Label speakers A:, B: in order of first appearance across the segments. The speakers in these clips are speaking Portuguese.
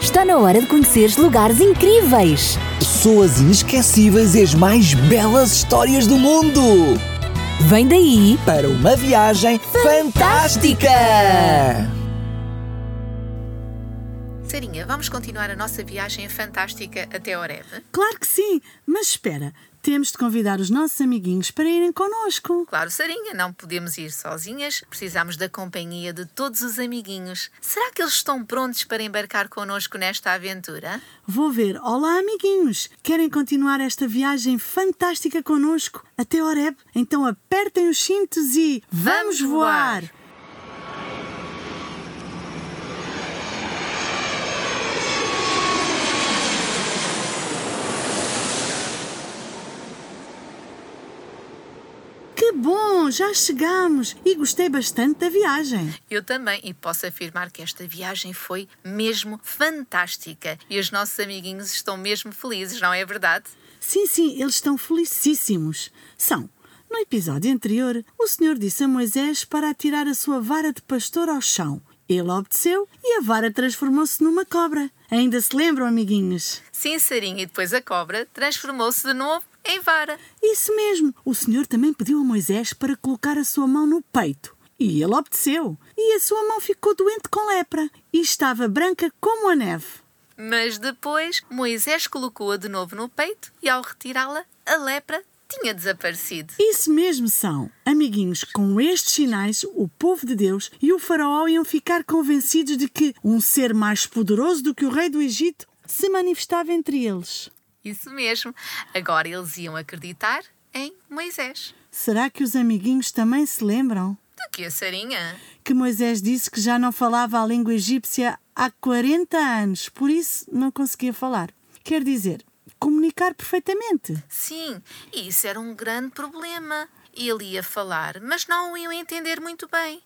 A: Está na hora de conheceres lugares incríveis.
B: Pessoas inesquecíveis e as mais belas histórias do mundo!
A: Vem daí,
B: Para uma viagem fantástica!
C: Sarinha, vamos continuar a nossa viagem fantástica até Oreb?
D: Claro que sim, mas espera, temos de convidar os nossos amiguinhos para irem connosco.
C: Claro, Sarinha, não podemos ir sozinhas, precisamos da companhia de todos os amiguinhos. Será que eles estão prontos para embarcar connosco nesta aventura?
D: Vou ver, olá amiguinhos, querem continuar esta viagem fantástica connosco até Oreb? Então apertem os cintos e
C: Vamos
D: vamos
C: voar!
D: voar! Que bom, já chegamos e gostei bastante da viagem.
C: Eu também, e posso afirmar que esta viagem foi mesmo fantástica. E os nossos amiguinhos estão mesmo felizes, não é verdade?
D: Sim, sim, eles estão felicíssimos. São. No episódio anterior, o Senhor disse a Moisés para atirar a sua vara de pastor ao chão. Ele obedeceu e a vara transformou-se numa cobra. Ainda se lembram, amiguinhos?
C: Sim, Sarinha, e depois a cobra transformou-se de novo em vara.
D: Isso mesmo! O Senhor também pediu a Moisés para colocar a sua mão no peito. E ele obedeceu. E a sua mão ficou doente com lepra e estava branca como a neve.
C: Mas depois Moisés colocou-a de novo no peito e, ao retirá-la, a lepra tinha desaparecido.
D: Isso mesmo são. Amiguinhos, com estes sinais, o povo de Deus e o faraó iam ficar convencidos de que um ser mais poderoso do que o rei do Egito se manifestava entre eles.
C: Isso mesmo. Agora eles iam acreditar em Moisés.
D: Será que os amiguinhos também se lembram
C: Do que a Sarinha?
D: que Moisés disse que já não falava a língua egípcia há 40 anos, por isso não conseguia falar? Quer dizer, comunicar perfeitamente.
C: Sim, e isso era um grande problema. Ele ia falar, mas não o iam entender muito bem.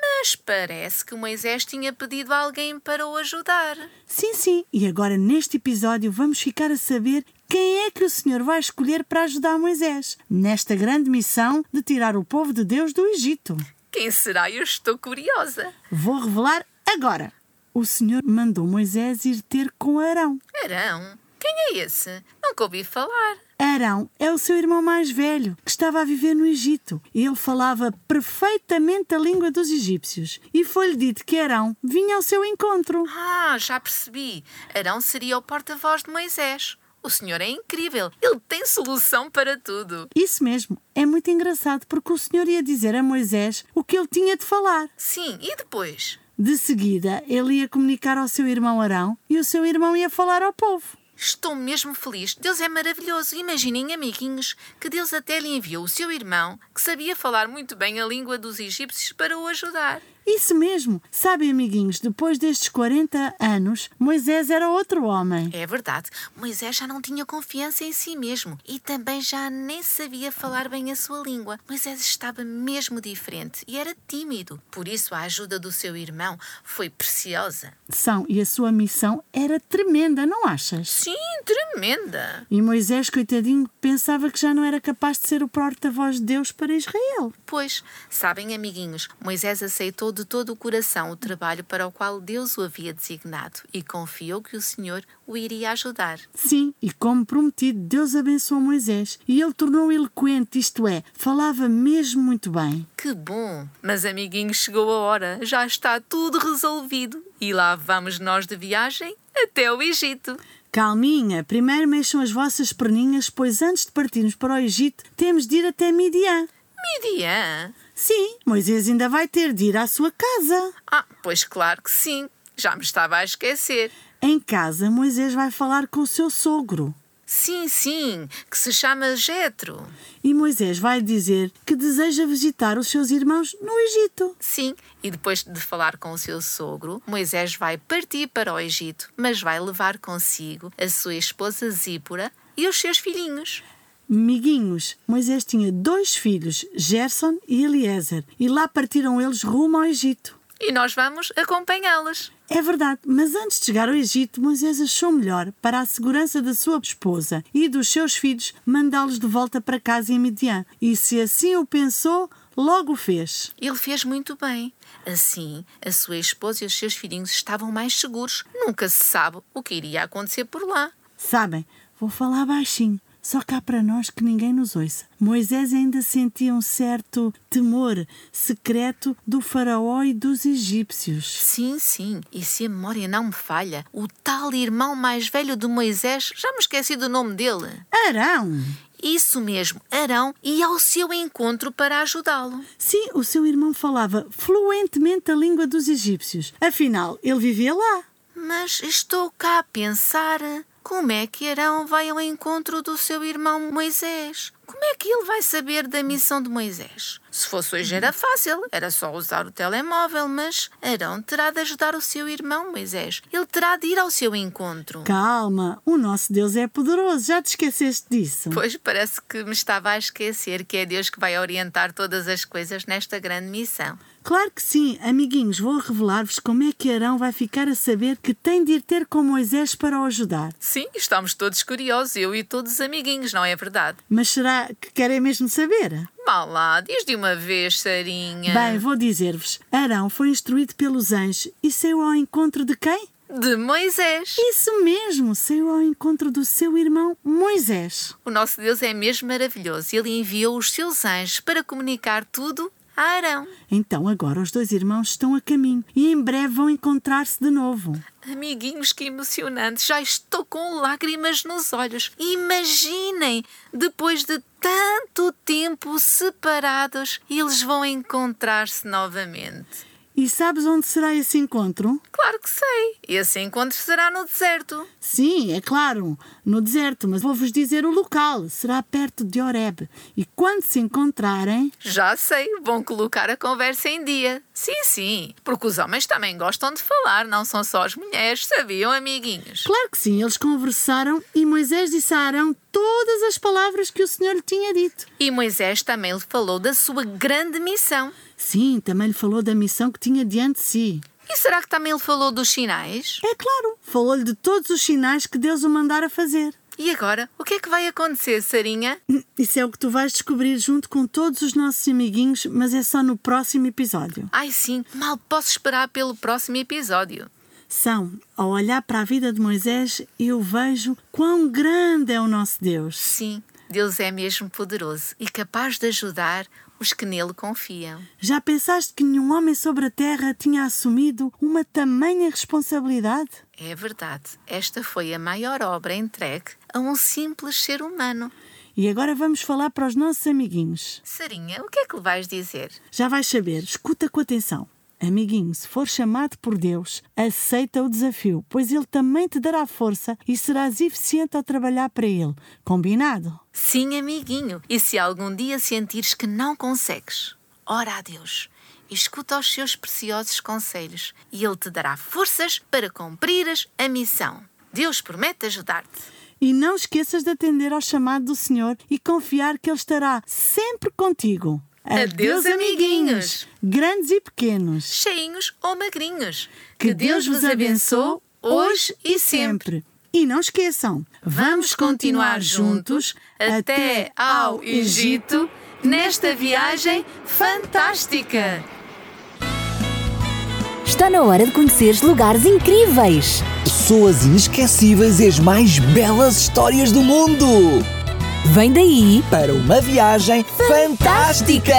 C: Mas parece que Moisés tinha pedido a alguém para o ajudar.
D: Sim, sim, e agora neste episódio vamos ficar a saber quem é que o Senhor vai escolher para ajudar Moisés nesta grande missão de tirar o povo de Deus do Egito.
C: Quem será? Eu estou curiosa.
D: Vou revelar agora. O Senhor mandou Moisés ir ter com Arão.
C: Arão? Quem é esse? Nunca ouvi falar.
D: Arão é o seu irmão mais velho, que estava a viver no Egito. Ele falava perfeitamente a língua dos egípcios. E foi-lhe dito que Arão vinha ao seu encontro.
C: Ah, já percebi. Arão seria o porta-voz de Moisés. O senhor é incrível. Ele tem solução para tudo.
D: Isso mesmo, é muito engraçado porque o Senhor ia dizer a Moisés o que ele tinha de falar.
C: Sim, e depois?
D: De seguida, ele ia comunicar ao seu irmão Arão e o seu irmão ia falar ao povo.
C: Estou mesmo feliz. Deus é maravilhoso. Imaginem, amiguinhos, que Deus até lhe enviou o seu irmão, que sabia falar muito bem a língua dos egípcios, para o ajudar.
D: Isso mesmo! Sabem, amiguinhos, depois destes 40 anos, Moisés era outro homem.
C: É verdade. Moisés já não tinha confiança em si mesmo e também já nem sabia falar bem a sua língua. Moisés estava mesmo diferente e era tímido. Por isso, a ajuda do seu irmão foi preciosa.
D: São, e a sua missão era tremenda, não achas?
C: Sim, tremenda.
D: E Moisés, coitadinho, pensava que já não era capaz de ser o porta-voz de Deus para Israel.
C: Pois, sabem, amiguinhos, Moisés aceitou de todo o coração o trabalho para o qual Deus o havia designado e confiou que o Senhor o iria ajudar.
D: Sim, e como prometido, Deus abençoou Moisés e ele tornou eloquente, isto é, falava mesmo muito bem.
C: Que bom! Mas, amiguinhos, chegou a hora, já está tudo resolvido e lá vamos nós de viagem até o Egito.
D: Calminha, primeiro mexam as vossas perninhas, pois antes de partirmos para o Egito, temos de ir até Midian.
C: Midian!
D: Sim, Moisés ainda vai ter de ir à sua casa.
C: Ah, pois claro que sim, já me estava a esquecer.
D: Em casa, Moisés vai falar com o seu sogro.
C: Sim, sim, que se chama Jetro.
D: E Moisés vai dizer que deseja visitar os seus irmãos no Egito.
C: Sim, e depois de falar com o seu sogro, Moisés vai partir para o Egito, mas vai levar consigo a sua esposa Zípora e os seus filhinhos.
D: Miguinhos, Moisés tinha dois filhos, Gerson e Eliezer, e lá partiram eles rumo ao Egito.
C: E nós vamos acompanhá-los.
D: É verdade, mas antes de chegar ao Egito, Moisés achou melhor, para a segurança da sua esposa e dos seus filhos, mandá-los de volta para casa em Midian. E se assim o pensou, Logo o fez.
C: Ele fez muito bem. Assim, a sua esposa e os seus filhinhos estavam mais seguros. Nunca se sabe o que iria acontecer por lá.
D: Sabem, vou falar baixinho, só cá para nós que ninguém nos ouça. Moisés ainda sentia um certo temor secreto do faraó e dos egípcios.
C: Sim, sim, e se a memória não me falha, o tal irmão mais velho de Moisés, já me esqueci do nome dele.
D: Arão!
C: Isso mesmo, Arão ia ao seu encontro para ajudá-lo.
D: Sim, o seu irmão falava fluentemente a língua dos egípcios. Afinal, ele vivia lá.
C: Mas estou cá a pensar como é que Arão vai ao encontro do seu irmão Moisés. Como é que ele vai saber da missão de Moisés? Se fosse hoje era fácil, era só usar o telemóvel, mas Arão terá de ajudar o seu irmão Moisés. Ele terá de ir ao seu encontro.
D: Calma, o nosso Deus é poderoso, já te esqueceste disso?
C: Pois parece que me estava a esquecer que é Deus que vai orientar todas as coisas nesta grande missão.
D: Claro que sim, amiguinhos, vou revelar-vos como é que Arão vai ficar a saber que tem de ir ter com Moisés para o ajudar.
C: Sim, estamos todos curiosos, eu e todos os amiguinhos, não é verdade?
D: Mas será que querem mesmo saber?
C: Vá lá, diz de uma vez, Sarinha.
D: Bem, vou dizer-vos: Arão foi instruído pelos anjos e saiu ao encontro de quem?
C: De Moisés.
D: Isso mesmo, saiu ao encontro do seu irmão Moisés.
C: O nosso Deus é mesmo maravilhoso. Ele enviou os seus anjos para comunicar tudo a Arão.
D: Então agora os dois irmãos estão a caminho e em breve vão encontrar-se de novo.
C: Amiguinhos, que emocionante! Já estou com lágrimas nos olhos. Imaginem, depois de tanto tempo separados, eles vão encontrar-se novamente.
D: E sabes onde será esse encontro?
C: Claro que sei. Esse encontro será no deserto.
D: Sim, é claro, no deserto, mas vou-vos dizer o local. Será perto de Horeb. E quando se encontrarem,
C: Já sei, vão colocar a conversa em dia. Sim, sim, porque os homens também gostam de falar, não são só as mulheres, sabiam, amiguinhos?
D: claro que sim, eles conversaram e Moisés disse a Arão todas as palavras que o Senhor lhe tinha dito.
C: E Moisés também lhe falou da sua grande missão.
D: Sim, também lhe falou da missão que tinha diante de si.
C: E será que também lhe falou dos sinais?
D: É claro, falou-lhe de todos os sinais que Deus o mandara fazer.
C: E agora, o que é que vai acontecer, Sarinha?
D: Isso é o que tu vais descobrir junto com todos os nossos amiguinhos, mas é só no próximo episódio.
C: Ai sim, mal posso esperar pelo próximo episódio.
D: São, ao olhar para a vida de Moisés, eu vejo quão grande é o nosso Deus.
C: Sim, Deus é mesmo poderoso e capaz de ajudar os que nele confiam.
D: Já pensaste que nenhum homem sobre a terra tinha assumido uma tamanha responsabilidade?
C: É verdade, esta foi a maior obra entregue a um simples ser humano.
D: E agora vamos falar para os nossos amiguinhos.
C: Sarinha, o que é que lhe vais dizer?
D: Já vais saber, escuta com atenção. Amiguinho, se for chamado por Deus, aceita o desafio, pois Ele também te dará força e serás eficiente ao trabalhar para Ele. Combinado?
C: Sim, amiguinho, e se algum dia sentires que não consegues, ora a Deus. e Escuta os seus preciosos conselhos e Ele te dará forças para cumprires a missão. Deus promete ajudar-te.
D: E não esqueças de atender ao chamado do Senhor e confiar que Ele estará sempre contigo.
C: Adeus, amiguinhos.
D: Grandes e pequenos.
C: cheinhos ou magrinhos.
D: Que, Deus vos abençoe hoje e sempre. E não esqueçam, vamos continuar juntos até ao Egito
C: nesta viagem fantástica.
A: Está na hora de conheceres lugares incríveis.
B: Pessoas inesquecíveis e as mais belas histórias do mundo.
A: Vem daí!
B: Para uma viagem fantástica.